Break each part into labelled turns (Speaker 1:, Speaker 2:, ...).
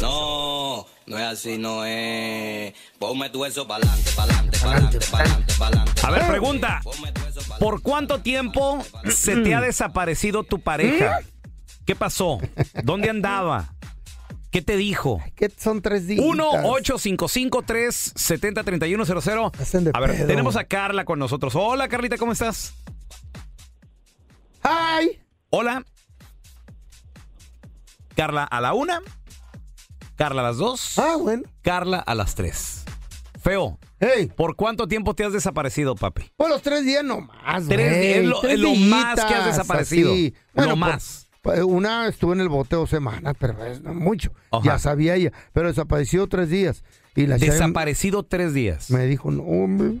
Speaker 1: No, no es así, no es. Ponme tu eso pa'lante, pa'lante, pa'lante, pa'lante, pa'lante.
Speaker 2: A ver, pregunta.
Speaker 1: Ponme tu eso pa'lante.
Speaker 2: ¿Por cuánto tiempo se te ha desaparecido tu pareja? ¿Qué pasó? ¿Dónde andaba? ¿Qué te dijo?
Speaker 3: ¿Qué son tres días? Hacen de
Speaker 2: 1-855-370-3100. A ver,
Speaker 3: pedo.
Speaker 2: tenemos a Carla con nosotros. Hola, Carlita, ¿cómo estás?
Speaker 3: ¡Ay!
Speaker 2: Hola. Carla a la una. Carla a las dos.
Speaker 3: Ah, bueno.
Speaker 2: Carla a las tres. Feo,
Speaker 3: ¡Hey!
Speaker 2: ¿por cuánto tiempo te has desaparecido, papi?
Speaker 3: Por los tres días nomás, güey.
Speaker 2: Tres días, es lo-
Speaker 3: Tres
Speaker 2: es lo más que has
Speaker 3: días,
Speaker 2: desaparecido.
Speaker 3: así.
Speaker 2: Lo
Speaker 3: por-
Speaker 2: más.
Speaker 3: pues, Una estuvo en el bote dos semanas, pero es no mucho.
Speaker 2: Ajá.
Speaker 3: Ya sabía ella, pero desapareció tres días. Y la chava
Speaker 2: Desaparecido tres días.
Speaker 3: me dijo, no, hombre,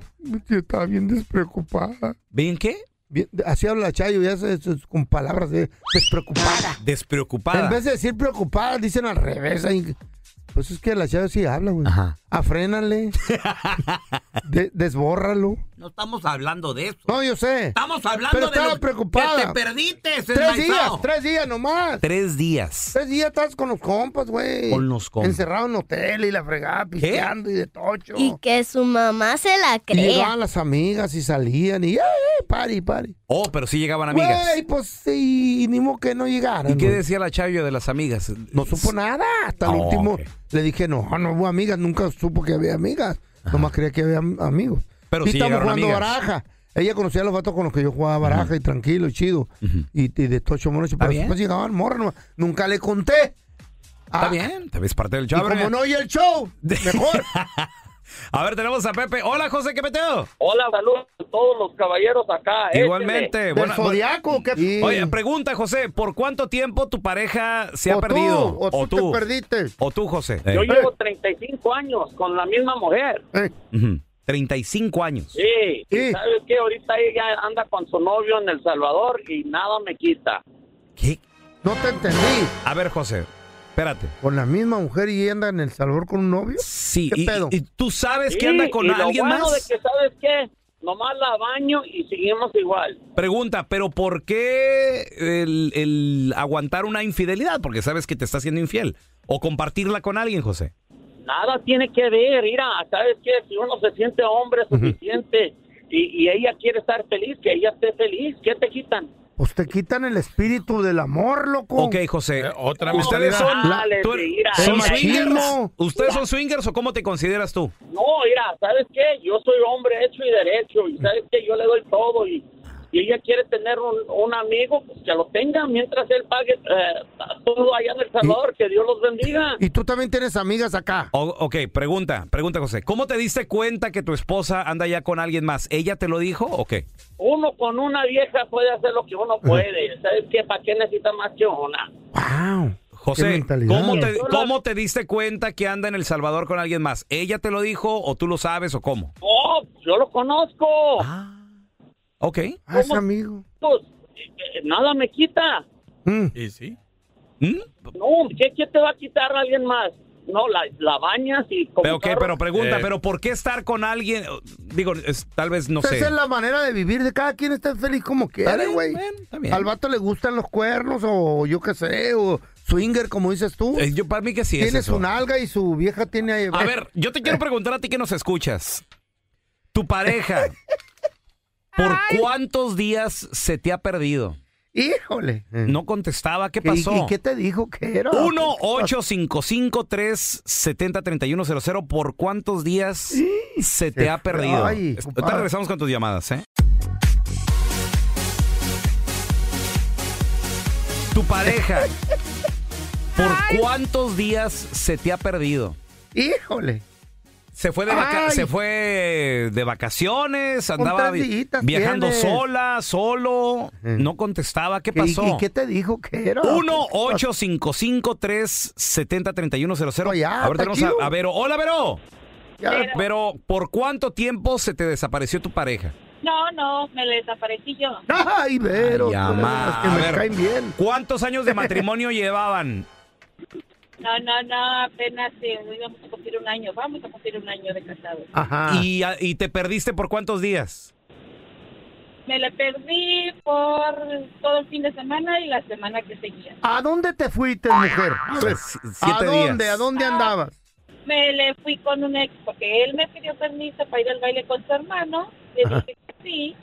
Speaker 3: yo estaba bien despreocupada.
Speaker 2: ¿Bien qué?
Speaker 3: Bien- así habla Chayo, ya se- se- con palabras de despreocupada. En
Speaker 2: Despreocupada.
Speaker 3: vez de decir preocupada, dicen al revés. ahí. Pues es que la chava sí habla, güey.
Speaker 2: Ajá.
Speaker 3: Afrénale. De- desbórralo.
Speaker 4: No estamos hablando de eso.
Speaker 3: No, yo sé.
Speaker 4: Estamos hablando
Speaker 3: Pero
Speaker 4: de lo
Speaker 3: estaba
Speaker 4: que
Speaker 3: preocupada.
Speaker 4: te perdiste,
Speaker 3: Tres días,
Speaker 4: enmaizao.
Speaker 3: tres días nomás.
Speaker 2: Tres días.
Speaker 3: Tres días estás con los compas, güey.
Speaker 2: Con los compas.
Speaker 3: Encerrado en hotel y la fregada, pisteando y de tocho.
Speaker 5: Y que su mamá se la
Speaker 3: Y
Speaker 5: crea.
Speaker 3: llegaban las amigas y salían y ¡ay, ay, pari, pari!
Speaker 2: Oh, pero sí llegaban amigas.
Speaker 3: Güey, pues sí, ni modo que no llegaran.
Speaker 2: ¿Y qué
Speaker 3: güey.
Speaker 2: decía la Chayo de las amigas?
Speaker 3: No supo nada. Hasta el
Speaker 2: Oh,
Speaker 3: último
Speaker 2: ok.
Speaker 3: le dije, no, no hubo amigas. Nunca supo que había amigas. Nomás creía que había am- amigos.
Speaker 2: Pero
Speaker 3: Y
Speaker 2: sí
Speaker 3: estamos
Speaker 2: llegaron
Speaker 3: jugando
Speaker 2: amigas.
Speaker 3: baraja. Ella conocía a los vatos con los que yo jugaba baraja y tranquilo y chido. y, y de tocho monos. Pero
Speaker 2: bien.
Speaker 3: después llegaban morras. nomás. Nunca le conté. Ah,
Speaker 2: Está bien, te ves parte del
Speaker 3: Y
Speaker 2: ¿eh? chavo.
Speaker 3: como no oye el show, mejor.
Speaker 2: A ver, tenemos a Pepe. Hola, José, ¿qué peteo?
Speaker 6: Hola, saludos a todos los caballeros acá.
Speaker 2: Igualmente.
Speaker 3: ¿Del
Speaker 2: buena-
Speaker 3: zodiaco? ¿qué?
Speaker 2: bu- Oye, pregunta, José, ¿por cuánto tiempo tu pareja se
Speaker 3: O
Speaker 2: ha
Speaker 3: tú,
Speaker 2: perdido?
Speaker 3: o tú te perdiste.
Speaker 2: O tú, José.
Speaker 6: Yo
Speaker 3: Eh.
Speaker 6: llevo 35 años con la misma mujer.
Speaker 3: Eh,
Speaker 2: Ujú. 35 años.
Speaker 6: Sí, y
Speaker 3: Sí.
Speaker 6: ¿sabes qué? Ahorita ella anda con su novio en El Salvador y nada me quita.
Speaker 2: ¿Qué?
Speaker 3: no te entendí.
Speaker 2: A ver, José, espérate.
Speaker 3: Con la misma mujer y anda en El Salvador con un novio.
Speaker 2: Sí,
Speaker 3: ¿Qué
Speaker 2: y,
Speaker 3: pedo?
Speaker 2: y- y tú sabes
Speaker 6: Sí,
Speaker 2: que anda con
Speaker 6: y lo
Speaker 2: alguien
Speaker 6: bueno
Speaker 2: más.
Speaker 6: de que, ¿sabes qué? Nomás la baño y seguimos igual.
Speaker 2: Pregunta, pero ¿por qué el, el aguantar una infidelidad? Porque sabes que te está haciendo infiel. O compartirla con alguien, José.
Speaker 6: Nada tiene que ver, mira, ¿sabes qué? Si uno se siente hombre suficiente y, y ella quiere estar feliz, que ella esté feliz, ¿qué te quitan?
Speaker 3: Pues te quitan el espíritu del amor, loco.
Speaker 2: Ok, José.
Speaker 7: otra
Speaker 2: ¿Ustedes son,
Speaker 6: mentalidad. Dale,
Speaker 2: tú-
Speaker 6: mira,
Speaker 2: son
Speaker 3: el
Speaker 2: swingers?
Speaker 3: machismo.
Speaker 2: ¿Ustedes son swingers o cómo te consideras tú?
Speaker 6: No, mira, ¿sabes qué? Yo soy hombre hecho y derecho y ¿sabes qué? Yo le doy todo y, y ella quiere tener un, un amigo, pues que lo tenga mientras él pague eh, todo allá en El Salvador, que Dios los bendiga.
Speaker 3: Y tú también tienes amigas acá.
Speaker 2: O- ok, pregunta, pregunta, José. ¿Cómo te diste cuenta que tu esposa anda ya con alguien más? ¿Ella te lo dijo o qué?
Speaker 6: Uno con una vieja puede hacer lo que uno puede, ¿sabes qué? ¿Para qué necesita más que una?
Speaker 3: Wow. Ah, Qué
Speaker 2: José,
Speaker 3: mentalidad.
Speaker 2: ¿cómo te, ¿cómo te diste cuenta que anda en El Salvador con alguien más? ¿Ella te lo dijo o tú lo sabes o cómo?
Speaker 6: ¡Oh, yo lo conozco!
Speaker 2: Ok.
Speaker 3: Ah, es
Speaker 6: cómo-
Speaker 3: amigo.
Speaker 6: Pues, eh, eh, nada me quita.
Speaker 3: Mm.
Speaker 2: ¿Mm?
Speaker 6: No, ¿qué, ¿qué te va a quitar alguien más? no, la, la bañas y como
Speaker 2: Pero, ok,
Speaker 6: carro-
Speaker 2: pero pregunta,
Speaker 6: Eh.
Speaker 2: ¿pero por qué estar con alguien? Digo, es- tal vez no
Speaker 3: Esa
Speaker 2: sé.
Speaker 3: es la manera de vivir de cada quien está feliz como quiere,
Speaker 2: bien,
Speaker 3: güey. Al vato le gustan los cuernos o yo qué sé, o swinger como dices tú.
Speaker 2: Eh, yo para mí que sí es
Speaker 3: Tiene
Speaker 2: eso.
Speaker 3: su nalga y su vieja tiene ahí- eh,
Speaker 2: A ver, yo te quiero preguntar a ti que nos escuchas. Tu pareja, ¿por cuántos días se te ha perdido?
Speaker 3: Híjole.
Speaker 2: No contestaba, ¿qué
Speaker 3: ¿Y-
Speaker 2: pasó?
Speaker 3: ¿Y, qué te dijo que era?
Speaker 2: 1-855-370-3100. ¿Por cuántos días se te ha perdido?
Speaker 3: Ay,
Speaker 2: Est-
Speaker 3: compadre.
Speaker 2: Ahorita regresamos con tus llamadas, ¿eh? Tu pareja, ¿por cuántos días se te ha perdido?
Speaker 3: Híjole.
Speaker 2: Se fue de, vaca-
Speaker 3: Ay.
Speaker 2: se fue de vacaciones,
Speaker 3: Con
Speaker 2: andaba
Speaker 3: tres
Speaker 2: vi-
Speaker 3: dillitas
Speaker 2: viajando
Speaker 3: tienes.
Speaker 2: sola, solo, no contestaba. ¿Qué
Speaker 3: ¿Y-
Speaker 2: pasó?
Speaker 3: ¿Y, qué te dijo que era? pues,
Speaker 2: 1-855-370-3100.
Speaker 3: ya, ah,
Speaker 2: Ahorita
Speaker 3: está
Speaker 2: tenemos a-
Speaker 3: chido.
Speaker 2: a, Vero. Hola, Vero.
Speaker 3: Ya-
Speaker 2: Vero, ¿por cuánto tiempo se te desapareció tu pareja?
Speaker 8: No, no, me desaparecí yo.
Speaker 3: Ay, Vero. tú
Speaker 2: Ay,
Speaker 3: eres
Speaker 2: ama.
Speaker 3: de las que
Speaker 2: A
Speaker 3: me
Speaker 2: ver,
Speaker 3: caen bien.
Speaker 2: ¿Cuántos años de matrimonio llevaban?
Speaker 8: No, no, no, apenas eh, íbamos a cumplir un año. Vamos a cumplir un año de casado.
Speaker 2: Y, a- y te perdiste por cuántos días?
Speaker 8: Me la perdí por todo el fin de semana y la semana que seguía.
Speaker 3: ¿A dónde te fuiste, mujer? A ver,
Speaker 2: S-
Speaker 3: ¿A
Speaker 2: siete
Speaker 3: dónde?
Speaker 2: días.
Speaker 3: ¿A dónde andabas?
Speaker 8: Me le fui con un ex porque él me pidió permiso para ir al baile con su hermano. Le
Speaker 2: Ajá.
Speaker 8: dije que sí.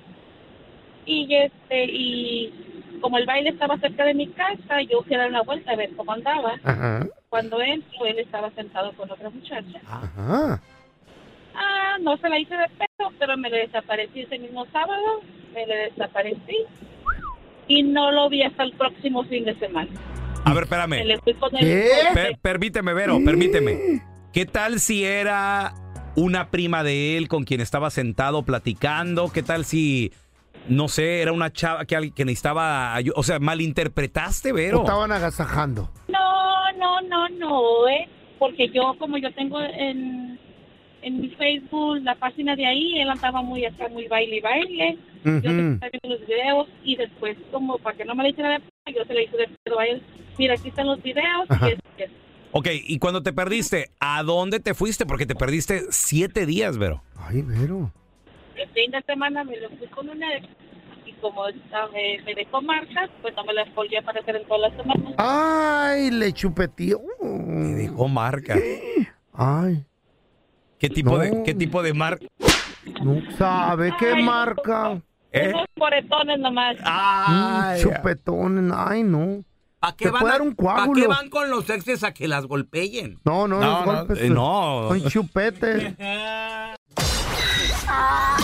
Speaker 8: Y este, y como el baile estaba cerca de mi casa, yo fui a dar una vuelta a ver cómo andaba.
Speaker 3: Ajá.
Speaker 8: Cuando entro, él estaba sentado con otra muchacha.
Speaker 3: Ajá.
Speaker 8: Ah, no se la hice de pedo, pero me le desaparecí ese mismo sábado, me le desaparecí y no lo vi hasta el próximo fin de semana.
Speaker 2: A
Speaker 8: Me
Speaker 2: ver, espérame.
Speaker 8: le fui con el
Speaker 2: Per- permíteme, Vero, permíteme. ¿Qué tal si era una prima de él con quien estaba sentado platicando? ¿Qué tal si, no sé, era una chava que, alguien- que necesitaba ayu- O sea, malinterpretaste,
Speaker 3: ¿O
Speaker 2: Vero.
Speaker 3: estaban agasajando?
Speaker 8: No, no, no, no, eh, porque yo como yo tengo en, en mi Facebook la página de ahí, él andaba muy acá, muy baile y baile,
Speaker 9: Mm.
Speaker 3: Ujú.
Speaker 8: estaba viendo los videos y después como para que no me le hiciera de pedo, yo se le hice de pedo a él. Mira, aquí están los videos y es que
Speaker 2: Ok, y cuando te perdiste, ¿a dónde te fuiste? Porque te perdiste siete días, Vero.
Speaker 3: Ay, Vero.
Speaker 8: el fin de semana me lo fui con una ex y como esta me, me dejó marcas, pues no me las volví a aparecer en toda la semana.
Speaker 3: Ay, le chupeteó. Me
Speaker 2: dejó marca.
Speaker 3: Ay.
Speaker 2: ¿Qué tipo de
Speaker 3: No.
Speaker 2: qué tipo de mar?
Speaker 3: No sabe qué marca.
Speaker 2: ¿Eh?
Speaker 8: Unos moretones nomás.
Speaker 3: Mm, chupetón. Ay, no.
Speaker 4: ¿Para
Speaker 3: Te
Speaker 4: qué, van
Speaker 3: puede
Speaker 4: a-
Speaker 3: dar un
Speaker 4: pa'
Speaker 3: coágulo.
Speaker 4: qué van con los exes a que las golpeen?
Speaker 3: No, no,
Speaker 4: No,
Speaker 3: los
Speaker 4: no,
Speaker 3: golpes
Speaker 4: eh, no.
Speaker 3: Son chupetes.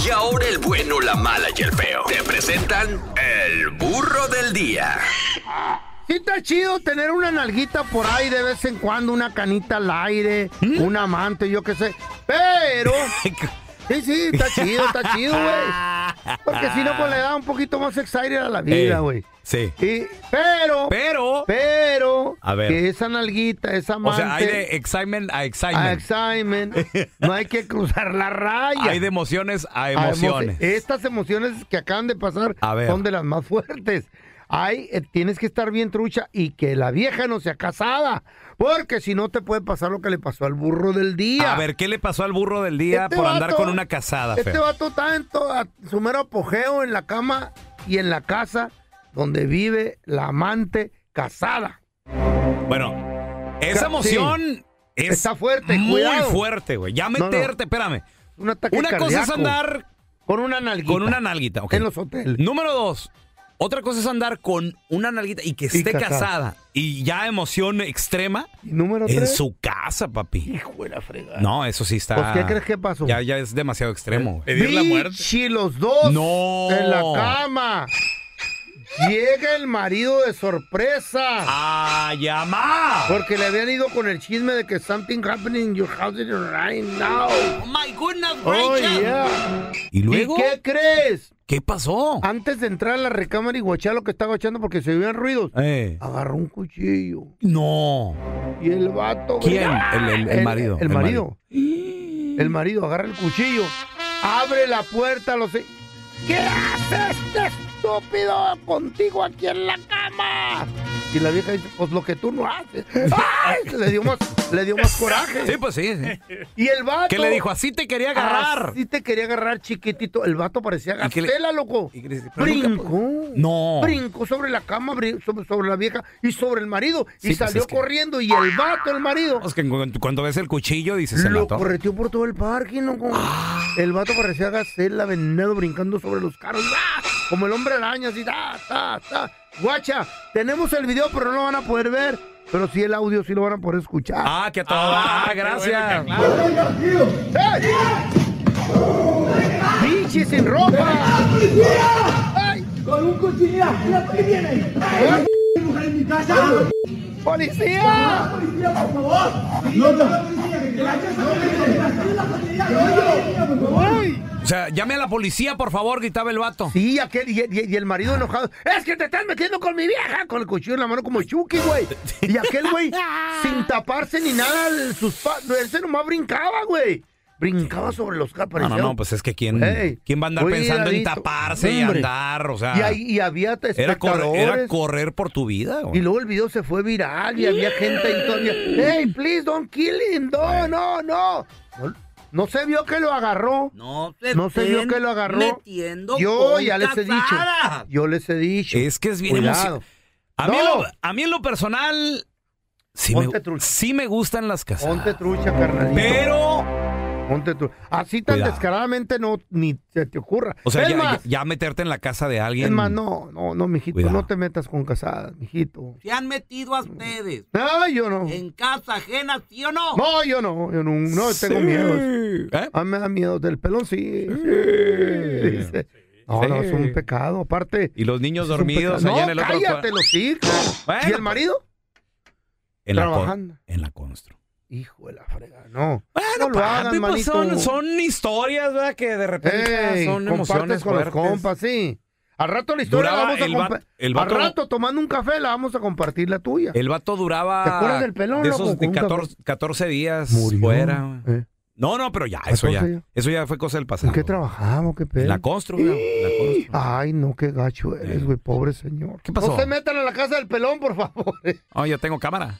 Speaker 10: Y ahora el bueno, la mala y el feo. Te presentan el burro del día.
Speaker 3: Sí está chido tener una nalguita por ahí de vez en cuando, una canita al aire, un amante, yo qué sé. Pero... Sí, sí, está chido, está chido, güey. Porque si no, pues le da un poquito más exaire a la vida,
Speaker 2: Eh,
Speaker 3: güey.
Speaker 2: Sí.
Speaker 3: Y- pero...
Speaker 2: Pero...
Speaker 3: Pero...
Speaker 2: A ver.
Speaker 3: Que esa nalguita, esa
Speaker 2: O
Speaker 3: amante...
Speaker 2: sea, hay de excitement a
Speaker 3: a
Speaker 2: excitement.
Speaker 3: examen. No hay que cruzar la raya.
Speaker 2: Hay de emociones a
Speaker 3: a emo-
Speaker 2: emociones.
Speaker 3: Ah, Estas emociones que acaban de pasar
Speaker 2: A ver.
Speaker 3: son de las más fuertes. Hay, eh, tienes que estar bien trucha y que la vieja no sea casada, porque si no te puede pasar lo que le pasó al burro del día.
Speaker 2: A ver, ¿qué le pasó al burro del día
Speaker 3: Este
Speaker 2: por andar
Speaker 3: vato-
Speaker 2: con una casada,
Speaker 3: Este
Speaker 2: feo?
Speaker 3: vato está en to- a su mero apogeo en la cama y en la casa donde vive la amante casada.
Speaker 2: Bueno, esa
Speaker 3: Ca-
Speaker 2: emoción
Speaker 3: sí.
Speaker 2: es
Speaker 3: Está fuerte,
Speaker 2: muy
Speaker 3: cuidado.
Speaker 2: fuerte, güey. Ya
Speaker 3: No, no.
Speaker 2: meterte, espérame.
Speaker 3: Un ataque
Speaker 2: Una cosa es
Speaker 3: cardíaco.
Speaker 2: andar
Speaker 3: con una nalguita.
Speaker 2: con una nalguita, ok.
Speaker 3: En los hoteles.
Speaker 2: Número dos, otra cosa es andar con una nalguita y que esté
Speaker 3: casada.
Speaker 2: casada. y ya emoción extrema
Speaker 3: número
Speaker 2: en
Speaker 3: tres?
Speaker 2: su casa, papi.
Speaker 3: Hijo de la fregada.
Speaker 2: No, eso sí está.
Speaker 3: Pues, ¿qué crees que pasó? Eh,
Speaker 2: Ya, ya es demasiado extremo. güey.
Speaker 3: Bichi, los dos
Speaker 2: No.
Speaker 3: en la cama. Llega el marido de sorpresa.
Speaker 2: ¡A llamar!
Speaker 3: Porque le habían ido con el chisme de que something happening in your house right now.
Speaker 4: Oh my goodness,
Speaker 3: Oh,
Speaker 4: gracious.
Speaker 3: yeah.
Speaker 2: ¿Y luego?
Speaker 3: qué crees?
Speaker 2: ¿Qué pasó?
Speaker 3: Antes de entrar a la recámara y guachar lo que estaba echando porque se oían ruidos, agarró un cuchillo.
Speaker 2: Eh. No.
Speaker 3: Y el vato.
Speaker 2: ¿Quién?
Speaker 3: grita.
Speaker 2: El- el- el marido,
Speaker 3: El,
Speaker 2: el
Speaker 3: marido. El marido agarra el cuchillo, abre la puerta, lo sé. ¿Qué haces, este estúpido, contigo aquí en la cama? Y la vieja dice, pues lo que tú no haces. ¡Ay! Se le dio más. le dio más coraje.
Speaker 2: Sí, pues sí. sí.
Speaker 3: Y el vato.
Speaker 2: Que le dijo, así te quería agarrar.
Speaker 3: Así te quería agarrar, chiquitito. El vato parecía
Speaker 2: Y que le- pues,
Speaker 3: gacela, loco. Brincó.
Speaker 2: No.
Speaker 3: Brincó sobre la cama, brin- sobre, sobre la vieja y sobre el marido.
Speaker 2: Sí,
Speaker 3: y
Speaker 2: pues
Speaker 3: salió
Speaker 2: es que-
Speaker 3: corriendo. Y el vato, el marido.
Speaker 2: Es que cu- cuando ves el cuchillo dices, se
Speaker 3: Lo
Speaker 2: mató. Ah.
Speaker 3: correteó por todo el parking, loco. El vato parecía gacela, venado, brincando sobre los carros. ¡Ah! Como el hombre araña, así, ¡ah! ta, ta, ta. Guacha, tenemos el video, pero no lo van a poder ver. Pero sí el audio, sí lo van a poder escuchar.
Speaker 2: Ah, que a todo. Ah, gracias.
Speaker 3: ¡Pinche sin ropa!
Speaker 11: Con un cuchillo, mira por qué viene. ¡Ay, la mujer en mi casa!
Speaker 3: ¡Policía!
Speaker 11: ¡Policía, por favor! ¡No, no!
Speaker 2: O sea, llame a la policía, por favor, gritaba el vato.
Speaker 3: Sí, aquel, y, y- y el marido enojado. ¡Es que te estás metiendo con mi vieja! Con el cuchillo en la mano como Chucky, güey. Y aquel, güey, sin taparse ni nada, el- sus pa- él se nomás brincaba, güey. Brincaba sobre los carros.
Speaker 2: No, no, no, pues es que quién,
Speaker 3: Ey,
Speaker 2: ¿quién va a andar
Speaker 3: oye,
Speaker 2: pensando en
Speaker 3: Dadito,
Speaker 2: taparse
Speaker 3: hombre.
Speaker 2: y andar, o sea.
Speaker 3: Y, ahí- y había
Speaker 2: era, correr,
Speaker 3: espectadores.
Speaker 2: era correr por tu vida, güey.
Speaker 3: y luego el video se fue viral y había gente ahí todavía. ¡Hey, please, don't kill him! ¡No, no, no! No, no se vio que lo agarró.
Speaker 4: No
Speaker 3: No se vio que lo agarró.
Speaker 4: metiendo
Speaker 3: Yo
Speaker 4: con
Speaker 3: ya les he dicho.
Speaker 4: casadas.
Speaker 3: Yo les he dicho.
Speaker 2: Es que es bien
Speaker 3: Cuidado.
Speaker 2: emocionante. A, mí en
Speaker 3: No.
Speaker 2: lo- a mí en lo personal, sí, me, sí me gustan las casadas.
Speaker 3: Ponte trucha, carnalito.
Speaker 2: Pero-
Speaker 3: Ponte trucha. Ah, Así tan
Speaker 2: Cuidado.
Speaker 3: descaradamente no, ni se te ocurra.
Speaker 2: O sea,
Speaker 3: es
Speaker 2: ya,
Speaker 3: más,
Speaker 2: ya- ya meterte en la casa de alguien.
Speaker 3: es más, no, no, no, mijito, no te metas con casadas, mijito.
Speaker 4: Se han metido a ustedes.
Speaker 3: No, yo no.
Speaker 4: En casa ajena, ¿sí o no?
Speaker 3: No, yo no, yo no, no tengo miedo.
Speaker 2: ¿Eh?
Speaker 3: A mí me da miedo del pelón, sí. sí, dice. No, no, es un pecado. Aparte.
Speaker 2: Y los niños
Speaker 3: es un
Speaker 2: dormidos
Speaker 3: pecado.
Speaker 2: allá
Speaker 3: no,
Speaker 2: en el otro
Speaker 3: cállate,
Speaker 2: cua-
Speaker 3: los hijos.
Speaker 2: Bueno, pues,
Speaker 3: ¿Y el marido?
Speaker 2: en la,
Speaker 3: trabajando.
Speaker 2: con- en la constru.
Speaker 3: Hijo de la frega, no.
Speaker 2: Bueno,
Speaker 3: no lo hagan,
Speaker 2: papi, pues
Speaker 3: manito.
Speaker 2: son, son historias, ¿verdad? Que de repente
Speaker 3: Ey,
Speaker 2: son
Speaker 3: compartes
Speaker 2: emociones
Speaker 3: con los
Speaker 2: fuertes.
Speaker 3: compas, sí. Al rato la historia
Speaker 2: Duraba
Speaker 3: la vamos a
Speaker 2: el
Speaker 3: compartir.
Speaker 2: vato- el
Speaker 3: Al
Speaker 2: vato-
Speaker 3: rato tomando un café la vamos a compartir la tuya.
Speaker 2: El vato duraba.
Speaker 3: ¿Te acuerdas del pelón,
Speaker 2: De
Speaker 3: loco?
Speaker 2: esos
Speaker 3: Con
Speaker 2: de
Speaker 3: un cabrón.
Speaker 2: 14, 14 días fuera. güey.
Speaker 3: eh.
Speaker 2: No, no, pero ya, eso ya.
Speaker 3: 14 ya.
Speaker 2: Eso ya fue cosa del
Speaker 3: ¿En
Speaker 2: pasado.
Speaker 3: qué trabajamos? ¿Qué pedo?
Speaker 2: La constru, güey, la constru.
Speaker 3: Ay, no, qué gacho eres, güey, pobre señor. ¿Qué
Speaker 2: pasó?
Speaker 3: No se metan a la casa del pelón, por favor.
Speaker 2: Ah, yo tengo cámara.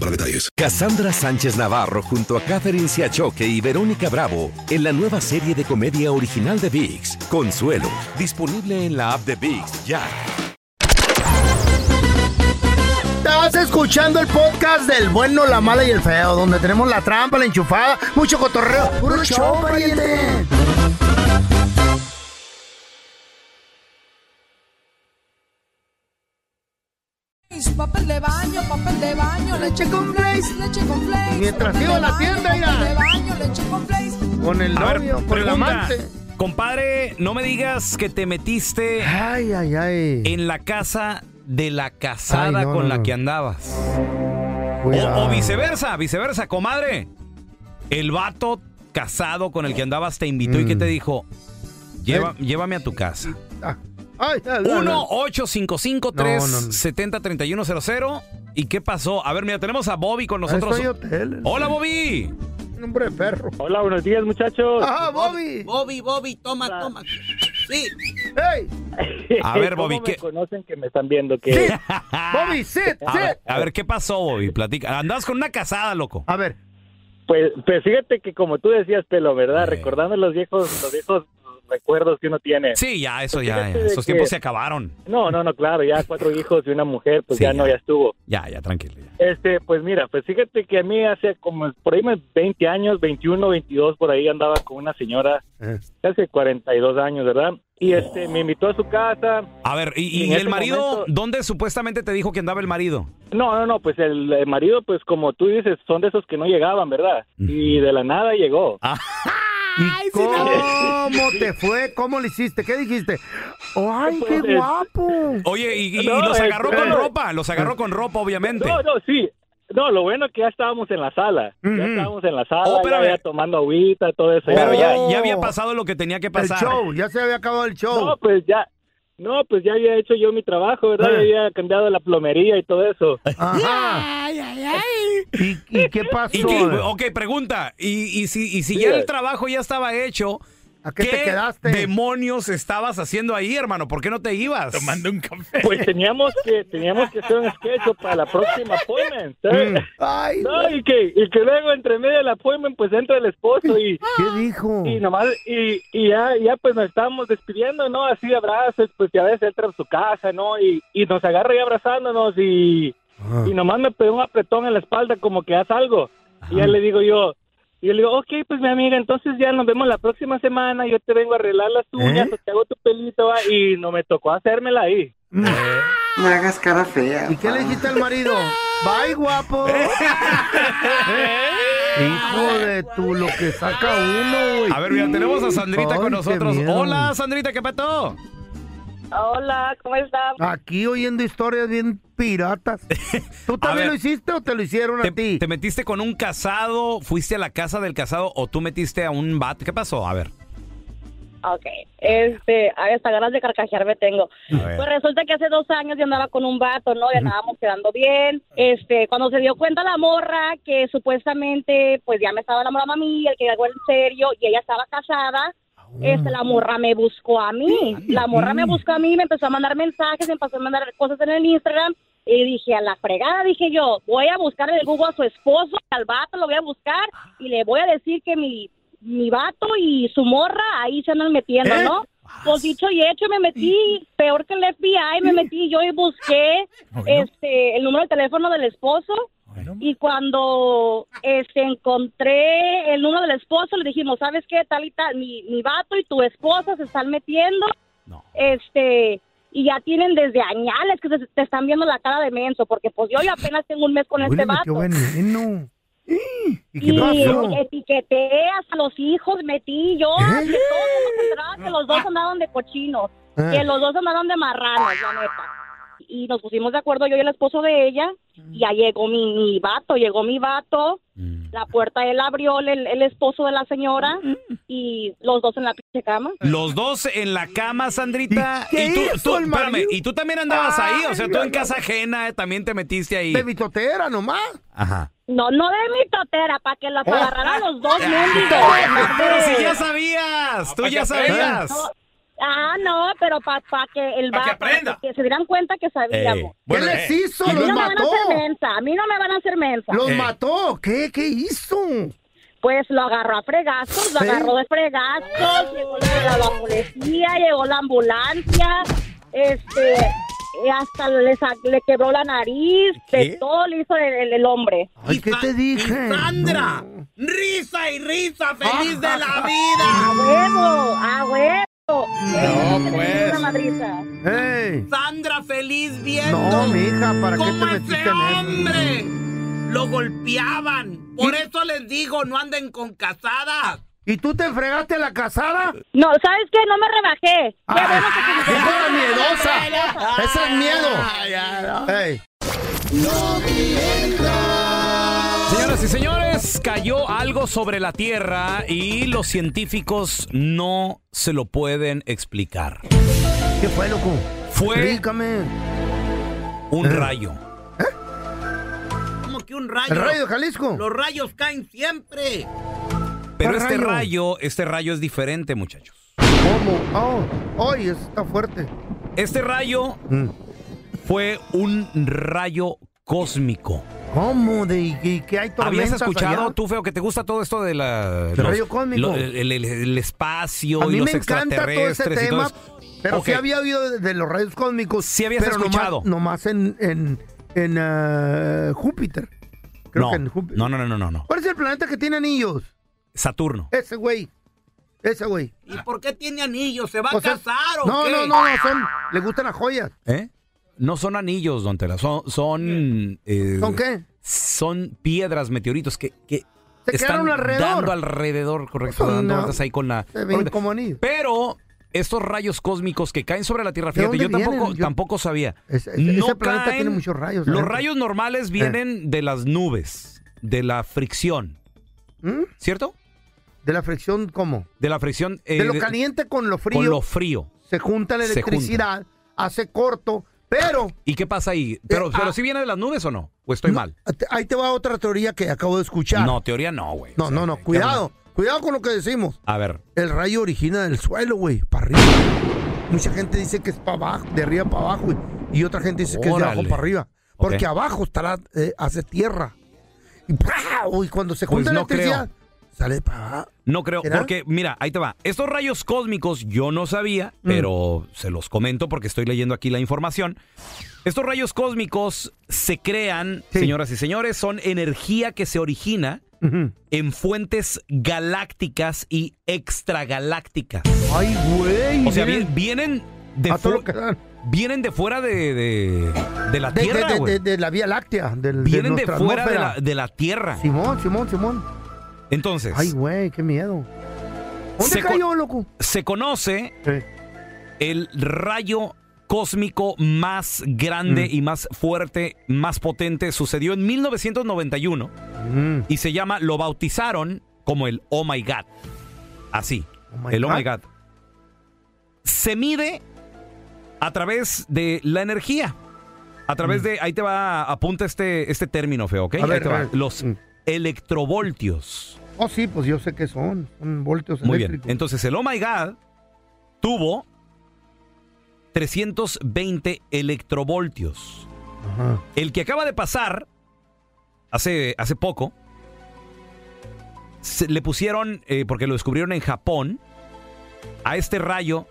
Speaker 12: para detalles.
Speaker 7: Cassandra Sánchez Navarro junto a Catherine Siachoque y Verónica Bravo en la nueva serie de comedia original de VIX, Consuelo, disponible en la app de VIX ya.
Speaker 3: Estás escuchando el podcast del bueno, la mala y el feo, donde tenemos la trampa, la enchufada, mucho cotorreo. ¡Puro show, pariente!
Speaker 9: Papel de baño, papel de baño, leche con flakes, leche con flakes.
Speaker 3: Mientras
Speaker 9: papel
Speaker 3: iba a
Speaker 9: de
Speaker 3: la
Speaker 9: baño,
Speaker 3: tienda,
Speaker 9: Papel
Speaker 3: mira.
Speaker 9: de baño, leche con flakes.
Speaker 3: Con el
Speaker 2: A ver,
Speaker 3: novio, con el
Speaker 2: pregunta.
Speaker 3: amante.
Speaker 2: Compadre, no me digas que te metiste en la casa de la casada
Speaker 3: Ay, no,
Speaker 2: con
Speaker 3: no,
Speaker 2: la
Speaker 3: no.
Speaker 2: que andabas. O,
Speaker 3: Cuidado.
Speaker 2: o viceversa, viceversa, comadre. El vato casado con el que andabas te invitó y que
Speaker 3: Mm.
Speaker 2: te dijo, "Lleva- llévame a tu casa.
Speaker 3: Ah. Ay, ay, ay, ay.
Speaker 2: 1-855-370-3100. ¿Y qué pasó? A ver, mira, tenemos a Bobby con nosotros.
Speaker 3: Estoy hotel.
Speaker 2: Hola, Bobby.
Speaker 3: Nombre de perro.
Speaker 13: Hola, buenos días, muchachos.
Speaker 3: Bobby!
Speaker 4: Bobby, Bobby, toma, toma. Sí.
Speaker 3: ¡Ey!
Speaker 2: A ver,
Speaker 13: ¿Cómo
Speaker 2: Bobby,
Speaker 13: me
Speaker 2: ¿qué-
Speaker 13: conocen que me están viendo que
Speaker 3: Bobby, sit,
Speaker 2: A ver, a ver, ¿qué pasó, Bobby? Platica. Andabas con una casada, loco.
Speaker 3: A ver.
Speaker 13: Pues, pues fíjate que como tú decías, Pelo, ¿verdad? Recordando los viejos, los viejos recuerdos que uno tiene.
Speaker 2: Sí, ya, eso ya.
Speaker 13: Pues fíjate
Speaker 2: ya.
Speaker 13: de
Speaker 2: Esos
Speaker 13: que-
Speaker 2: tiempos se acabaron.
Speaker 13: No, no, no, claro, ya cuatro hijos y una mujer, pues
Speaker 2: Sí,
Speaker 13: ya no, ya estuvo.
Speaker 2: Ya, ya, tranquilo.
Speaker 13: Este, pues mira, pues fíjate que a mí hace como por ahí unos 20 años, 21, 22, por ahí andaba con una señora,
Speaker 3: Este.
Speaker 13: hace 42 años, ¿verdad? Y este, me invitó a su casa.
Speaker 2: A ver, ¿y, y
Speaker 13: En
Speaker 2: el
Speaker 13: ese
Speaker 2: marido?
Speaker 13: momento-
Speaker 2: ¿Dónde supuestamente te dijo que andaba el marido?
Speaker 13: No, no, no, pues el, eh, marido, pues como tú dices, son de esos que no llegaban, ¿verdad? Y de la nada llegó.
Speaker 3: ¿Cómo te fue? ¿Cómo le hiciste? ¿Qué dijiste? Oh, ¡Ay, qué guapo!
Speaker 2: Oye, y, y- y
Speaker 13: No,
Speaker 2: los agarró
Speaker 13: este-
Speaker 3: eh.
Speaker 2: con ropa, los agarró con ropa, obviamente.
Speaker 13: No, no, sí. No, lo bueno es que ya estábamos en la sala. Ya estábamos en la sala,
Speaker 2: Oh,
Speaker 13: ya,
Speaker 2: espérame.
Speaker 13: ya tomando agüita, todo eso.
Speaker 2: Pero ya,
Speaker 3: Oh,
Speaker 2: ya había pasado lo que tenía que pasar.
Speaker 13: ya se había acabado el show. No, pues ya. No, pues ya había hecho yo mi trabajo, ¿verdad?
Speaker 2: Ah.
Speaker 13: Ya había cambiado la plomería y todo eso.
Speaker 3: Ay, ay, ay. ¿Y, y qué pasó?
Speaker 2: ¿Y qué? ok, pregunta. ¿Y, y si, y si ya
Speaker 3: Mira.
Speaker 2: el trabajo ya estaba hecho?
Speaker 3: qué te quedaste?
Speaker 2: demonios estabas haciendo ahí, hermano? ¿Por qué no te ibas? Tomando un café.
Speaker 13: Pues teníamos que, teníamos que hacer un sketch para la próxima appointment. ¿sabes? no, y que, y que luego entre medio del appointment pues entra el esposo y...
Speaker 3: ¿Qué dijo?
Speaker 13: Y nomás, y, y ya, ya pues nos estábamos despidiendo, ¿no? Así de abrazos, pues ya ves, entra a su casa, ¿no? Y, y nos agarra y abrazándonos y,
Speaker 3: Ah.
Speaker 13: y nomás me pegó un apretón en la espalda como que haz algo. Y ya le digo yo, y yo le digo, ok, pues mi amiga, entonces ya nos vemos la próxima semana, yo te vengo a arreglar las uñas,
Speaker 3: ¿Eh?
Speaker 13: o te hago tu pelito, va", y no me tocó hacérmela ahí.
Speaker 2: eh.
Speaker 3: Me hagas cara fea. ¿Y qué le dijiste al marido? Bye, guapo.
Speaker 2: Eh.
Speaker 3: Hijo de tu, lo que saca uno, güey.
Speaker 2: A ver, mira, tenemos a Sandrita
Speaker 3: Ay,
Speaker 2: con
Speaker 3: qué
Speaker 2: nosotros.
Speaker 3: miedo.
Speaker 2: Hola, Sandrita, ¿qué pato?
Speaker 14: Hola, ¿cómo estás? Este
Speaker 3: Aquí oyendo historias bien piratas. ¿Tú también lo hiciste o te lo hicieron a ti?
Speaker 2: ¿Te metiste con un casado? ¿Fuiste a la casa del casado o tú metiste a un vato? ¿Qué pasó? A ver.
Speaker 14: Ok, este, ay, hasta ganas de carcajearme tengo.
Speaker 2: A ver.
Speaker 14: Pues resulta que hace dos años yo andaba con un vato, ¿no? Y andábamos quedando bien. Este, cuando se dio cuenta la morra que supuestamente, pues ya me estaba enamorando a mí, el que algo en serio, y ella estaba casada, este, la morra me buscó a mí. La morra me buscó a mí, me empezó a mandar mensajes, me empezó a mandar cosas en el Instagram. Y dije, a la fregada, dije yo, voy a buscar en el Google a su esposo, al vato lo voy a buscar y le voy a decir que mi, mi vato y su morra ahí se andan metiendo,
Speaker 15: ¿Eh?
Speaker 14: ¿no? Pues dicho y hecho, me metí, peor que el FBI, me metí yo y busqué este el número de teléfono del esposo. Y cuando este, encontré el número del esposo, le dijimos, ¿sabes qué? Tal y tal, mi, mi vato y tu esposa se están metiendo. Este, y ya tienen desde añales que se- te están viendo la cara de menso, porque pues yo ya apenas tengo un mes con este
Speaker 3: Huéleme,
Speaker 14: vato.
Speaker 3: qué veneno. ¿Y qué
Speaker 14: Y
Speaker 3: pasó?
Speaker 14: etiqueté hasta los hijos, metí yo,
Speaker 3: ¿Eh?
Speaker 14: que todos nos entraban, que los dos andaban de cochinos,
Speaker 15: Ah.
Speaker 14: que los dos andaban de marranos, la neta. Y nos pusimos de acuerdo yo y el esposo de ella, y ya llegó mi, mi vato, llegó mi vato, la puerta él abrió, el, el esposo de la señora, y los dos en la pinche cama.
Speaker 2: Los dos en la cama, Sandrita.
Speaker 14: ¿Y qué
Speaker 2: tú,
Speaker 14: hizo
Speaker 2: tú-
Speaker 14: el
Speaker 2: espérame,
Speaker 14: marido?
Speaker 2: y tú también andabas ahí, o sea,
Speaker 14: Ay,
Speaker 2: tú
Speaker 14: no,
Speaker 2: en
Speaker 14: no.
Speaker 2: casa ajena eh, también te metiste ahí.
Speaker 3: De bitotera nomás.
Speaker 2: Ajá.
Speaker 14: No, no de mi totera, para que los agarraran los dos mendigos.
Speaker 2: Oh. Pero si ya sabías, tú ya sabías.
Speaker 14: No, Ah, no, pero para que el vato, pa' que, se dieran cuenta que
Speaker 2: Ey.
Speaker 14: sabíamos.
Speaker 2: Bueno, ¿Qué les eh, hizo?
Speaker 14: A mí
Speaker 2: ¿Los
Speaker 14: no me van
Speaker 2: mató?
Speaker 14: a hacer mensa, a mí no me van a hacer mensa.
Speaker 3: ¿Los mató? ¿Qué? ¿Qué hizo?
Speaker 14: Pues lo agarró a fregazos, lo
Speaker 3: ¿Sí?
Speaker 14: agarró de fregazos, llegó la, la policía, llegó la ambulancia, este, eh, hasta le, sa- le quebró la nariz, de todo le hizo el, el- el hombre.
Speaker 3: Ay,
Speaker 4: Ah,
Speaker 3: ¿qué te dije?
Speaker 4: Sandra, risa y risa, feliz de la vida.
Speaker 14: ¡A huevo! ¡A huevo!
Speaker 4: No,
Speaker 3: Eh,
Speaker 2: pues.
Speaker 14: Una madriza.
Speaker 3: ¡Ey!
Speaker 4: Sandra feliz viendo
Speaker 3: No, mija, ¿para qué te
Speaker 4: cómo
Speaker 3: metiste
Speaker 4: ese
Speaker 3: en eso?
Speaker 4: hombre lo golpeaban. Por eso les digo, no anden con casadas.
Speaker 3: ¿Y tú te fregaste a la casada?
Speaker 14: No, ¿sabes qué? No me rebajé.
Speaker 3: ¡Hija de miedosa! ¡Ese es miedo! ¡Ey!
Speaker 2: Señoras y señores, cayó algo sobre la Tierra y los científicos no se lo pueden explicar.
Speaker 3: ¿Qué fue, loco?
Speaker 2: Fue
Speaker 3: Explícame. Eh,
Speaker 2: un rayo.
Speaker 4: Como que un rayo.
Speaker 2: ¿El rayo de Jalisco?
Speaker 4: Los rayos caen siempre.
Speaker 2: Pero
Speaker 4: ¿Cuál
Speaker 2: este
Speaker 4: rayo?
Speaker 2: rayo, este rayo es diferente, muchachos.
Speaker 3: ¿Cómo? ¡Oh! ¡Ay, eso está fuerte!
Speaker 2: Este rayo
Speaker 3: Mm.
Speaker 2: fue un rayo cósmico.
Speaker 3: ¿Cómo? ¿De, y, y qué hay tormentas
Speaker 2: ¿Habías escuchado
Speaker 3: allá?
Speaker 2: tú, feo, que te gusta todo esto de la...
Speaker 3: ¿Del
Speaker 2: los-
Speaker 3: rayo cósmico?
Speaker 2: lo- el, el- el espacio
Speaker 3: A
Speaker 2: y
Speaker 3: mí
Speaker 2: los
Speaker 3: me encanta todo
Speaker 2: extraterrestres
Speaker 3: ese
Speaker 2: y todo
Speaker 3: tema,
Speaker 2: eso?
Speaker 3: pero sí
Speaker 2: Ok.
Speaker 3: había habido de, de los rayos cósmicos. Sí
Speaker 2: habías
Speaker 3: pero
Speaker 2: escuchado.
Speaker 3: Nomás, nomás en, en, en eh, Júpiter. Creo
Speaker 2: no,
Speaker 3: que en Júpiter.
Speaker 2: no, no, no, no, no, no.
Speaker 3: ¿Cuál es el planeta que tiene anillos?
Speaker 2: Saturno.
Speaker 3: Ese güey. Ese güey.
Speaker 4: ¿Y por qué tiene anillo? ¿Se va
Speaker 3: O
Speaker 4: a
Speaker 3: sea,
Speaker 4: casar o
Speaker 3: No,
Speaker 4: qué?
Speaker 3: no, no, no, son, le gustan las joyas.
Speaker 2: ¿Eh? No son anillos, don Tela. Son... ¿Son, eh,
Speaker 3: ¿Son qué?
Speaker 2: Son piedras, meteoritos que... que
Speaker 3: Se
Speaker 2: están
Speaker 3: quedaron alrededor.
Speaker 2: dando alrededor, correcto,
Speaker 3: Son
Speaker 2: dando
Speaker 3: una-
Speaker 2: vueltas ahí con la...
Speaker 3: Se ven como anillos.
Speaker 2: Pero estos rayos cósmicos que caen sobre la Tierra, fíjate,
Speaker 3: dónde
Speaker 2: yo tampoco,
Speaker 3: vienen? Yo-
Speaker 2: tampoco sabía.
Speaker 3: ese
Speaker 2: No
Speaker 3: planeta
Speaker 2: caen-
Speaker 3: tiene muchos rayos, la
Speaker 2: Los
Speaker 3: neta. Eh.
Speaker 2: rayos normales vienen de las nubes, de la fricción. ¿Cierto?
Speaker 3: ¿Mm? ¿De la fricción cómo?
Speaker 2: De la fricción. eh,
Speaker 3: de lo
Speaker 2: de-
Speaker 3: caliente con lo frío.
Speaker 2: Con lo frío.
Speaker 3: Se junta la
Speaker 2: Se junta.
Speaker 3: electricidad, hace corto, pero Eh, ah.
Speaker 2: ¿Y qué pasa ahí? ¿Pero, pero si viene de las nubes o no? ¿O estoy mal?
Speaker 3: ahí te va otra teoría que acabo de escuchar.
Speaker 2: No, teoría no, güey.
Speaker 3: no, no, no, cuidado, cuidado con lo que decimos.
Speaker 2: A ver.
Speaker 3: El rayo origina del suelo, güey, para arriba. Mucha gente dice que es para abajo, de arriba para abajo, güey, y otra gente dice que es de abajo
Speaker 2: Órale.
Speaker 3: para arriba, porque
Speaker 2: Ok.
Speaker 3: abajo estará eh, hace tierra. Y, ¡prau! y cuando se
Speaker 2: Pues
Speaker 3: junta la
Speaker 2: no creo.
Speaker 3: electricidad sale para abajo.
Speaker 2: No creo,
Speaker 3: ¿Será?
Speaker 2: porque mira, ahí te va. Estos rayos cósmicos yo no sabía,
Speaker 3: Mm.
Speaker 2: pero se los comento porque estoy leyendo aquí la información. Estos rayos cósmicos se crean, señoras y señores, son energía que se origina en fuentes galácticas y extragalácticas.
Speaker 3: Ay, güey.
Speaker 2: O sea,
Speaker 3: miren.
Speaker 2: vi- vienen de
Speaker 3: A todo
Speaker 2: fu-
Speaker 3: lo que dan.
Speaker 2: vienen de fuera de, de- de la
Speaker 3: De, de-
Speaker 2: Tierra,
Speaker 3: de-
Speaker 2: güey.
Speaker 3: de- de la Vía Láctea, del- de,
Speaker 2: Vienen de
Speaker 3: nuestra
Speaker 2: fuera de
Speaker 3: atmósfera.
Speaker 2: la, de la Tierra.
Speaker 3: Simón, Simón, Simón.
Speaker 2: Entonces,
Speaker 3: Ay, güey, qué miedo. ¿Dónde
Speaker 2: Se co-
Speaker 3: cayó, loco?
Speaker 2: se conoce el rayo cósmico más grande
Speaker 3: Mm.
Speaker 2: y más fuerte, más potente. Sucedió en 1991
Speaker 3: Mm.
Speaker 2: y se llama, lo bautizaron como el Oh My God. Así,
Speaker 3: my
Speaker 2: el Oh My
Speaker 3: God.
Speaker 2: God. Se mide a través de la energía. A través de, ahí te va, apunta este, este término feo, ¿ok?
Speaker 3: Mm. A
Speaker 2: Ahí
Speaker 3: ver,
Speaker 2: te va.
Speaker 3: a ver. Mm.
Speaker 2: Los electrovoltios.
Speaker 3: Oh, sí, pues yo sé qué son. Son voltios
Speaker 2: Muy bien.
Speaker 3: eléctricos.
Speaker 2: Entonces, el Oh My God tuvo 320 electrovoltios.
Speaker 3: Ajá.
Speaker 2: El que acaba de pasar, hace, hace poco, se- le pusieron, eh, porque lo descubrieron en Japón, a este rayo,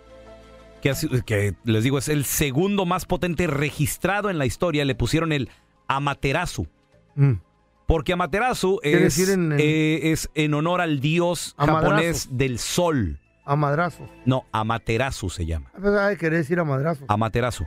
Speaker 2: que, ha sido- que les digo es el segundo más potente registrado en la historia, le pusieron el Amaterasu.
Speaker 3: Mm.
Speaker 2: Porque Amaterasu es,
Speaker 3: Quiere decir en- en-
Speaker 2: eh, es en honor al dios
Speaker 3: Amaderasu.
Speaker 2: japonés del sol.
Speaker 3: A madrazos.
Speaker 2: No, Amaterasu se llama.
Speaker 3: A pesar de querer decir a madrazos.
Speaker 2: Amaterasu.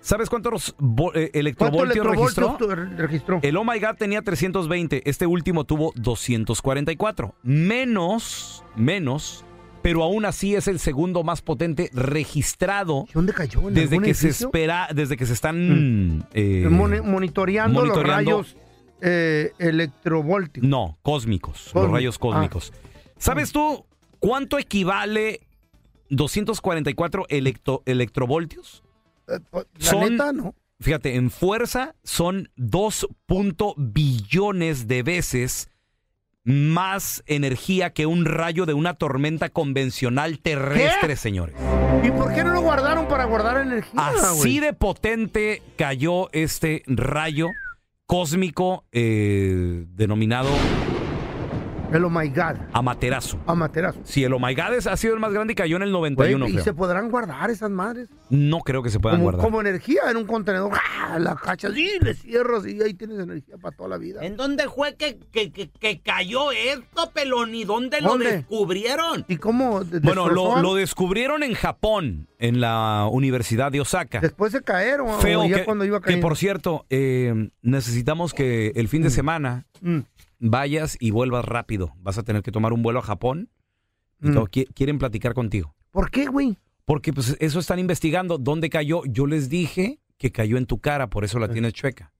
Speaker 2: ¿Sabes cuántos vo- eh,
Speaker 3: ¿Cuántos
Speaker 2: electrovoltios
Speaker 3: electrovoltios
Speaker 2: registró?
Speaker 3: tu- registró?
Speaker 2: El Oh My God tenía 320, este último tuvo 244. Menos, menos, pero aún así es el segundo más potente registrado
Speaker 3: ¿Dónde cayó? ¿En
Speaker 2: desde
Speaker 3: algún
Speaker 2: que se
Speaker 3: edificio? Mm.
Speaker 2: espera, desde que se están eh,
Speaker 3: Moni- monitoreando, los
Speaker 2: monitoreando-
Speaker 3: rayos eh, electrovoltios.
Speaker 2: No, cósmicos, los
Speaker 3: Cósmicos,
Speaker 2: rayos cósmicos.
Speaker 3: Ah.
Speaker 2: ¿Sabes tú cuánto equivale 244 electo- electrovoltios?
Speaker 3: Eh, pues, La neta, no.
Speaker 2: Fíjate, en fuerza son 2. punto billones de veces más energía que un rayo de una tormenta convencional terrestre, señores.
Speaker 3: ¿Y por qué no lo guardaron para guardar energía,
Speaker 2: Así
Speaker 3: Ah, güey?
Speaker 2: de potente cayó este rayo cósmico eh, denominado
Speaker 3: El oh my God.
Speaker 2: Amaterasu.
Speaker 3: Amaterasu.
Speaker 2: Si el Oh Omaigades ha sido el más grande y cayó en el
Speaker 3: Güey,
Speaker 2: 91,
Speaker 3: ¿Y
Speaker 2: creo.
Speaker 3: se podrán guardar esas madres?
Speaker 2: No creo que se puedan
Speaker 3: como,
Speaker 2: guardar.
Speaker 3: como energía en un contenedor. ¡ah! La cachas y le cierras y ahí tienes energía para toda la vida.
Speaker 4: ¿En dónde fue que, que- que- que cayó esto, pelón? ¿Y dónde,
Speaker 3: ¿Dónde?
Speaker 4: lo descubrieron?
Speaker 3: ¿Y cómo? de-
Speaker 2: Bueno, lo,
Speaker 3: destrozó?
Speaker 2: lo descubrieron en Japón, en la Universidad de Osaka.
Speaker 3: Después de caer o, o
Speaker 2: Feo,
Speaker 3: ya
Speaker 2: que,
Speaker 3: cuando iba a
Speaker 2: que
Speaker 3: caer.
Speaker 2: por cierto, eh, necesitamos que el
Speaker 3: Mm.
Speaker 2: fin de semana vayas y vuelvas rápido. Vas a tener que tomar un vuelo a Japón. y todo. Qui- Quieren platicar contigo.
Speaker 3: Mm. ¿Por qué, güey?
Speaker 2: Porque pues, eso están investigando. ¿Dónde cayó? Yo les dije que cayó en tu cara, por
Speaker 3: Eh.
Speaker 2: eso la tienes chueca.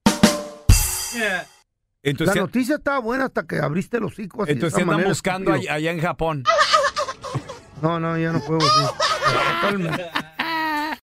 Speaker 2: Entonces,
Speaker 3: la noticia estaba buena hasta que abriste el hocico. Así,
Speaker 2: entonces
Speaker 3: de esa
Speaker 2: andan
Speaker 3: manera,
Speaker 2: buscando
Speaker 3: estúpido. Ah,
Speaker 2: allá, allá en Japón.
Speaker 3: No, no, ya no puedo.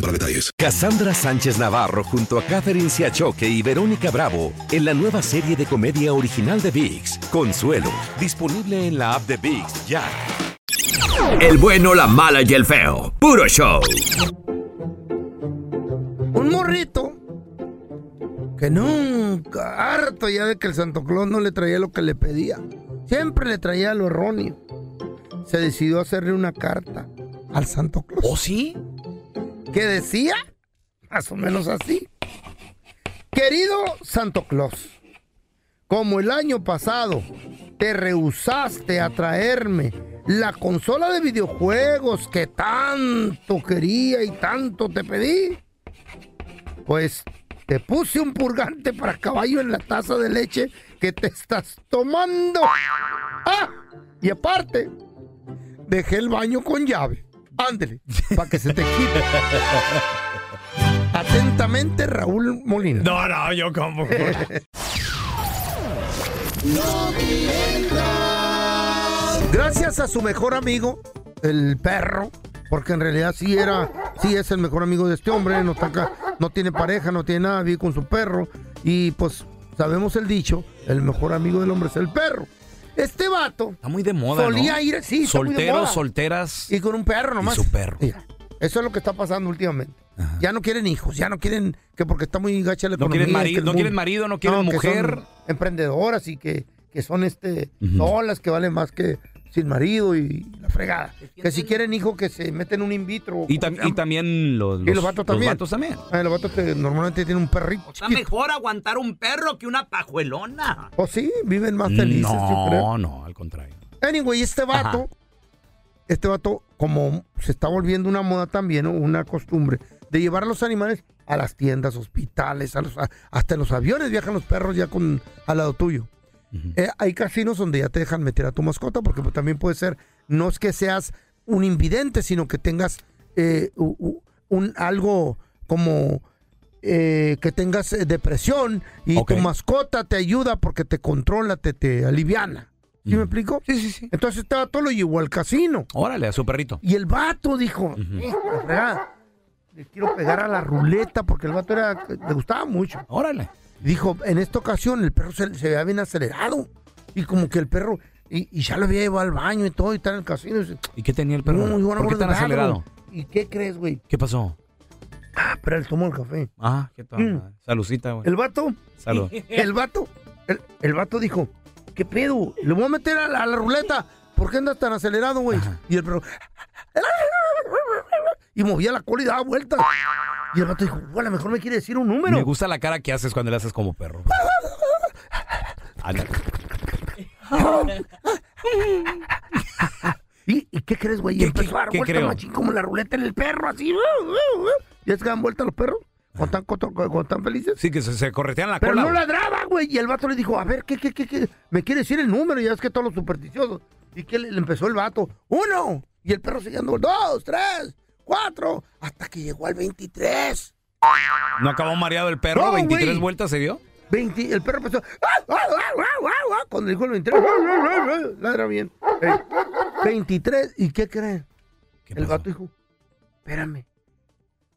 Speaker 12: para detalles.
Speaker 7: Cassandra Sánchez Navarro junto a Catherine Siachoque y Verónica Bravo en la nueva serie de comedia original de VIX, Consuelo, disponible en la app de VIX ya.
Speaker 10: El bueno, la mala y el feo. Puro show.
Speaker 3: Un morrito que nunca, harto ya de que el Santo Claus no le traía lo que le pedía. Siempre le traía lo erróneo. Se decidió a hacerle una carta al Santo Claus.
Speaker 2: ¿O sí?
Speaker 3: Que decía, más o menos así. Querido Santo Claus, como el año pasado te rehusaste a traerme la consola de videojuegos que tanto quería y tanto te pedí, pues te puse un purgante para caballo en la taza de leche que te estás tomando. ¡Ah! Y aparte, dejé el baño con llave. Ándele, para que se te quite. Atentamente, Raúl Molina.
Speaker 2: No, no, yo como.
Speaker 3: Gracias a su mejor amigo, el perro, porque en realidad sí era, sí es el mejor amigo de este hombre, no, está acá, no tiene pareja, no tiene nada, vive con su perro, y pues sabemos el dicho, el mejor amigo del hombre es el perro. Este vato
Speaker 2: Está muy de moda.
Speaker 3: solía
Speaker 2: ¿no?
Speaker 3: ir, sí, está muy de
Speaker 2: Solteros,
Speaker 3: moda.
Speaker 2: solteras.
Speaker 3: y con un perro nomás.
Speaker 2: su perro.
Speaker 3: Mira, eso es lo que está pasando últimamente. Ya no quieren hijos, ya no quieren, que porque está muy gacha la
Speaker 2: No
Speaker 3: economía.
Speaker 2: quieren
Speaker 3: y que
Speaker 2: marido,
Speaker 3: el
Speaker 2: no
Speaker 3: mundo-
Speaker 2: quieren marido, no quieren
Speaker 3: que son
Speaker 2: mujer.
Speaker 3: emprendedoras y que, que son este
Speaker 2: Ujú.
Speaker 3: solas, que valen más que sin marido y la fregada. Que si quieren hijo, que se meten un in vitro.
Speaker 2: Y, tam- y también los,
Speaker 3: Oh, Y los vatos también.
Speaker 2: vatos también.
Speaker 3: Ah, los vatos que normalmente tienen un perrito.
Speaker 4: Está mejor aguantar un perro que una pajuelona.
Speaker 3: O Oh, sí, viven más felices, yo creo.
Speaker 2: No, no, al contrario.
Speaker 3: Anyway, este vato, este vato, como se está volviendo una moda también, ¿no? una costumbre, de llevar a los animales a las tiendas, hospitales, a los- a- hasta en los aviones viajan los perros ya con al lado tuyo. Eh, hay casinos donde ya te dejan meter a tu mascota, porque pues, también puede ser, no es que seas un invidente, sino que tengas eh, u- u- un algo como eh, que tengas eh, depresión y tu mascota te ayuda porque te controla, te, te aliviana. ¿Sí me explico? Sí, sí, sí. Entonces estaba todo lo llevó al casino.
Speaker 2: Órale, a su perrito.
Speaker 3: Y el vato dijo, "Hijo de la fregada, le quiero pegar a la ruleta porque el vato era, le gustaba mucho.
Speaker 2: Órale.
Speaker 3: Dijo, en esta ocasión el perro se, se veía bien acelerado. Y como que el perro, y, y ya lo había llevado al baño y todo, y está en el casino. Y dice,
Speaker 2: ¿Y qué tenía el perro?
Speaker 3: "No, you wanna
Speaker 2: ¿Por qué
Speaker 3: go to
Speaker 2: tan
Speaker 3: the
Speaker 2: acelerado?
Speaker 3: bathroom". ¿Y qué crees, güey?
Speaker 2: ¿Qué pasó?
Speaker 3: Ah, pero él tomó el café.
Speaker 2: Ah, qué tal.
Speaker 3: Mm.
Speaker 2: madre. Salucita, güey.
Speaker 3: El vato.
Speaker 2: Salud.
Speaker 3: El vato. El, el vato dijo, ¿qué pedo? Le voy a meter a la, a la ruleta. ¿Por qué andas tan acelerado, güey? Y el perro... Y movía la cola y daba vueltas. Y el vato dijo, "Güey, a lo mejor me quiere decir un número.
Speaker 2: Me gusta la cara que haces cuando le haces como perro. Ándale.
Speaker 3: ¿Y, y qué crees, güey? Y empezó a dar
Speaker 2: qué
Speaker 3: vueltas
Speaker 2: creo?
Speaker 3: machín como la ruleta en el perro, así. uh, ¿Ya se dan vueltas los perros? ¿Cuando están, coto- cuando están felices?
Speaker 2: Sí, que se, se corretean la
Speaker 3: Pero
Speaker 2: cola.
Speaker 3: no
Speaker 2: güey.
Speaker 3: ladraba, güey. Y el vato le dijo, a ver, ¿qué, qué, qué, qué? Me quiere decir el número, ya es que todos los supersticiosos. Y que le, le empezó el vato, uno. Y el perro siguiendo, dos, tres, cuatro, hasta que llegó al 23.
Speaker 2: ¿No acabó mareado el perro?
Speaker 3: No, güey.
Speaker 2: ¿23 vueltas se dio?
Speaker 3: 20, el perro empezó, "Ah, ah, ah, ah, ah, ah", cuando dijo el 23, "Ah, ah, ah, ah", ladra bien. Ey, 23, ¿y qué creen? el vato dijo, espérame.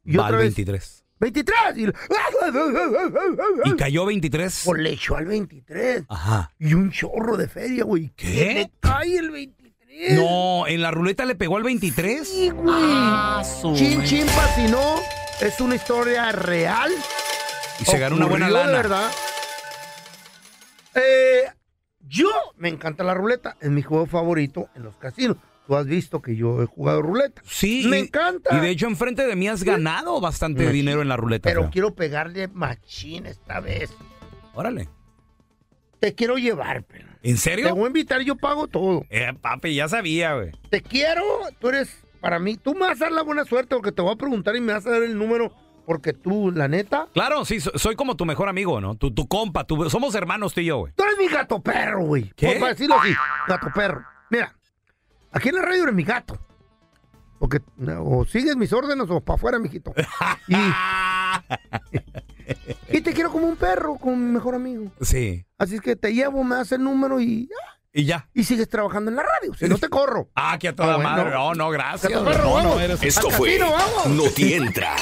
Speaker 3: Y
Speaker 2: Va al
Speaker 3: otra vez,
Speaker 2: 23.
Speaker 3: 23. Y, el, "Ah, ah, ah, ah, ah, ah".
Speaker 2: ¿Y cayó 23?
Speaker 3: O le echó al 23.
Speaker 2: Ajá.
Speaker 3: Y un chorro de feria, güey.
Speaker 2: ¿Qué?
Speaker 3: Le cae el 23.
Speaker 2: No, ¿en la ruleta le pegó al 23?
Speaker 3: Sí, güey.
Speaker 2: Ah, su
Speaker 3: Chin
Speaker 2: madre.
Speaker 3: Chin Patinó es una historia real.
Speaker 2: Y se ganó una buena
Speaker 3: Ocurrió de
Speaker 2: lana.
Speaker 3: verdad. Eh, yo me encanta la ruleta. Es mi juego favorito en los casinos. Tú has visto que yo he jugado ruleta.
Speaker 2: Sí.
Speaker 3: Me
Speaker 2: y-
Speaker 3: encanta.
Speaker 2: Y de hecho, enfrente de mí has ganado bastante
Speaker 3: Machín.
Speaker 2: dinero en la ruleta.
Speaker 3: Pero
Speaker 2: feo.
Speaker 3: quiero pegarle machín esta vez.
Speaker 2: Órale.
Speaker 3: Te quiero llevar, pero.
Speaker 2: ¿En
Speaker 3: Te
Speaker 2: serio?
Speaker 3: voy a invitar, yo pago todo.
Speaker 2: Eh, papi, ya sabía, güey.
Speaker 3: Te quiero, tú eres para mí. Tú me vas a dar la buena suerte porque te voy a preguntar y me vas a dar el número porque tú, la neta,
Speaker 2: Claro, sí, so- soy como tu mejor amigo, ¿no? Tu, tu compa, tu- somos hermanos tú y yo, güey.
Speaker 3: tú eres mi gato perro, güey.
Speaker 2: ¿Qué?
Speaker 3: Por- Para decirlo así, gato perro. Mira, aquí en la radio eres mi gato. Porque no, o sigues mis órdenes o para afuera, mijito. Y, y te quiero como un perro, como mi mejor amigo.
Speaker 2: Sí.
Speaker 3: Así es que te llevo, me das el número y, ah,
Speaker 2: Y ya.
Speaker 3: y sigues trabajando en la radio. Si no te corro.
Speaker 2: Ah, que a toda
Speaker 3: Ah, bueno.
Speaker 2: madre. No, no, gracias.
Speaker 3: Gato
Speaker 2: güey.
Speaker 3: perro,
Speaker 2: No, no,
Speaker 3: vamos.
Speaker 2: eres-
Speaker 10: Esto
Speaker 3: Al
Speaker 10: fue
Speaker 3: casino, vamos.
Speaker 10: No te entra,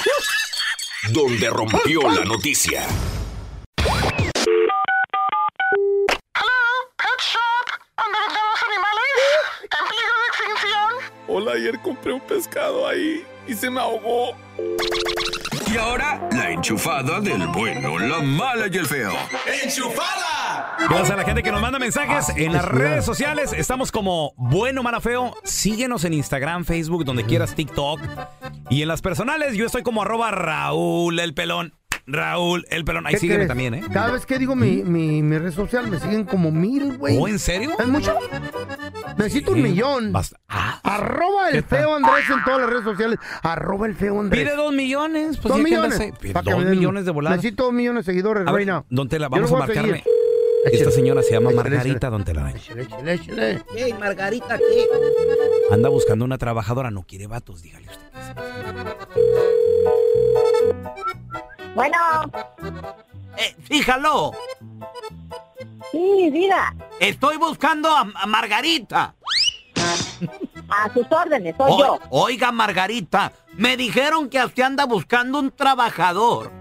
Speaker 10: donde rompió la noticia.
Speaker 11: Hola, ayer compré un pescado ahí y se me ahogó.
Speaker 10: Y ahora, la enchufada del bueno, la mala y el feo.
Speaker 11: ¡Enchufada!
Speaker 2: Gracias a la gente que nos manda
Speaker 3: Ah,
Speaker 2: mensajes en las redes sociales. Estamos como bueno, mala, feo. Síguenos en Instagram, Facebook, donde quieras, TikTok. Y en las personales, yo estoy como arroba Raúl el pelón. Raúl el pelón. Ahí
Speaker 3: ¿Qué
Speaker 2: sígueme
Speaker 3: crees?
Speaker 2: también, ¿eh?
Speaker 3: Cada vez que digo mi, mi, mi red social me siguen como mil, güey.
Speaker 2: ¿Oh, en serio?
Speaker 3: ¿Es mucho? Necesito
Speaker 2: Sí,
Speaker 3: un
Speaker 2: Ah.
Speaker 3: millón.
Speaker 2: basta-
Speaker 3: Arroba el feo Andrés en todas las redes sociales. Arroba el feo Andrés.
Speaker 2: Pide dos millones. Pues
Speaker 3: dos
Speaker 2: ya que andas
Speaker 3: millones.
Speaker 2: ahí. Pide
Speaker 3: Pa' que
Speaker 2: dos
Speaker 3: me den-
Speaker 2: millones de volada.
Speaker 3: Necesito dos millones de seguidores
Speaker 2: A ver,
Speaker 3: right now.
Speaker 2: don Tela,
Speaker 3: Yo
Speaker 2: vamos
Speaker 3: lo
Speaker 2: a
Speaker 3: voy seguir.
Speaker 2: marcarle. Esta señora se llama
Speaker 3: Échale,
Speaker 2: Margarita, don Tela.
Speaker 3: Échale, échale, échale.
Speaker 4: Ey, Margarita, ¿qué?
Speaker 2: Anda buscando una trabajadora, no quiere vatos, dígale usted.
Speaker 15: Bueno,
Speaker 4: Eh, fíjalo.
Speaker 15: sí, diga,
Speaker 4: Estoy buscando a, a Margarita.
Speaker 15: a sus órdenes, soy
Speaker 4: Oi-
Speaker 15: yo.
Speaker 4: Oiga, Margarita, me dijeron que usted anda buscando un trabajador.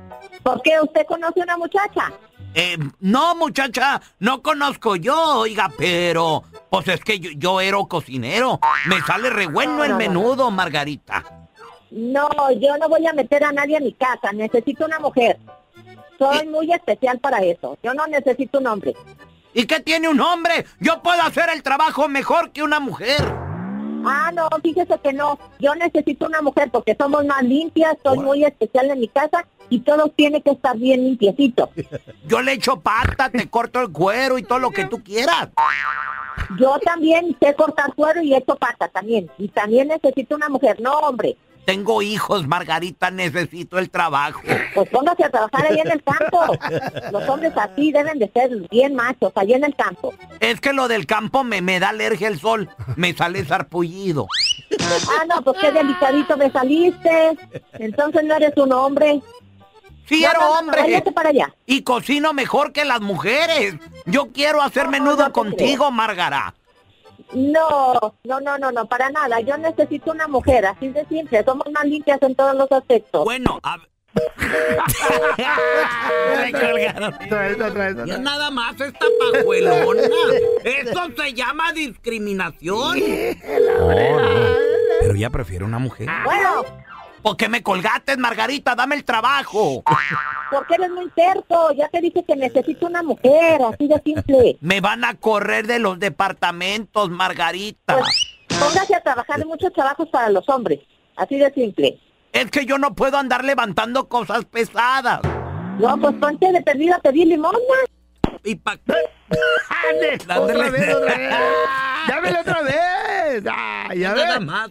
Speaker 15: ¿Por qué usted conoce una muchacha?
Speaker 4: Eh, no, muchacha, no conozco yo, oiga, pero... Pues es que yo, yo era cocinero. Me sale re bueno el
Speaker 15: No, no, no.
Speaker 4: menudo, Margarita.
Speaker 15: No, yo no voy a meter a nadie a mi casa, necesito una mujer. Soy muy especial para eso, yo no necesito un hombre.
Speaker 4: ¿Y qué tiene un hombre? Yo puedo hacer el trabajo mejor que una mujer.
Speaker 15: Ah, no, fíjese que no, yo necesito una mujer porque somos más limpias, soy muy especial en mi casa y todo tiene que estar bien limpiecito.
Speaker 4: Yo le echo pata, te corto el cuero y todo lo que tú quieras.
Speaker 15: Yo también sé cortar cuero y esto pata también, y también necesito una mujer, no hombre.
Speaker 4: Tengo hijos, Margarita, necesito el trabajo.
Speaker 15: Pues póngase a trabajar ahí en el campo. Los hombres así deben de ser bien machos, ahí en el campo.
Speaker 4: Es que lo del campo me, me da alergia el sol, me sale sarpullido.
Speaker 15: Ah, no, pues qué delicadito me saliste. Entonces no eres un hombre.
Speaker 4: Sí,
Speaker 15: No,
Speaker 4: era
Speaker 15: no, no,
Speaker 4: hombre.
Speaker 15: váyase para allá.
Speaker 4: Y cocino mejor que las mujeres. Yo quiero hacer menudo contigo, Margarita.
Speaker 15: No, no, no, no, no, para nada. Yo necesito una mujer, así de simple. Somos más limpias en todos los aspectos.
Speaker 4: Bueno, a Ya nada más esta pajuelona. Eso se llama discriminación.
Speaker 2: Pero ya prefiero una mujer.
Speaker 15: Bueno,
Speaker 4: ¿Por qué me colgates, Margarita? Dame el trabajo.
Speaker 15: porque eres muy terco. Ya te dije que necesito una mujer, así de simple.
Speaker 4: Me van a correr de los departamentos, Margarita.
Speaker 15: Póngase a trabajar en muchos trabajos para los hombres, así de simple.
Speaker 4: Es que yo no puedo andar levantando cosas pesadas.
Speaker 15: No, pues ponte de perdida a pedir limosna.
Speaker 4: ¿Y pa'
Speaker 3: Otra vez, otra vez. Llámele otra vez. Ah, ya
Speaker 4: Nada
Speaker 3: ves.
Speaker 4: más.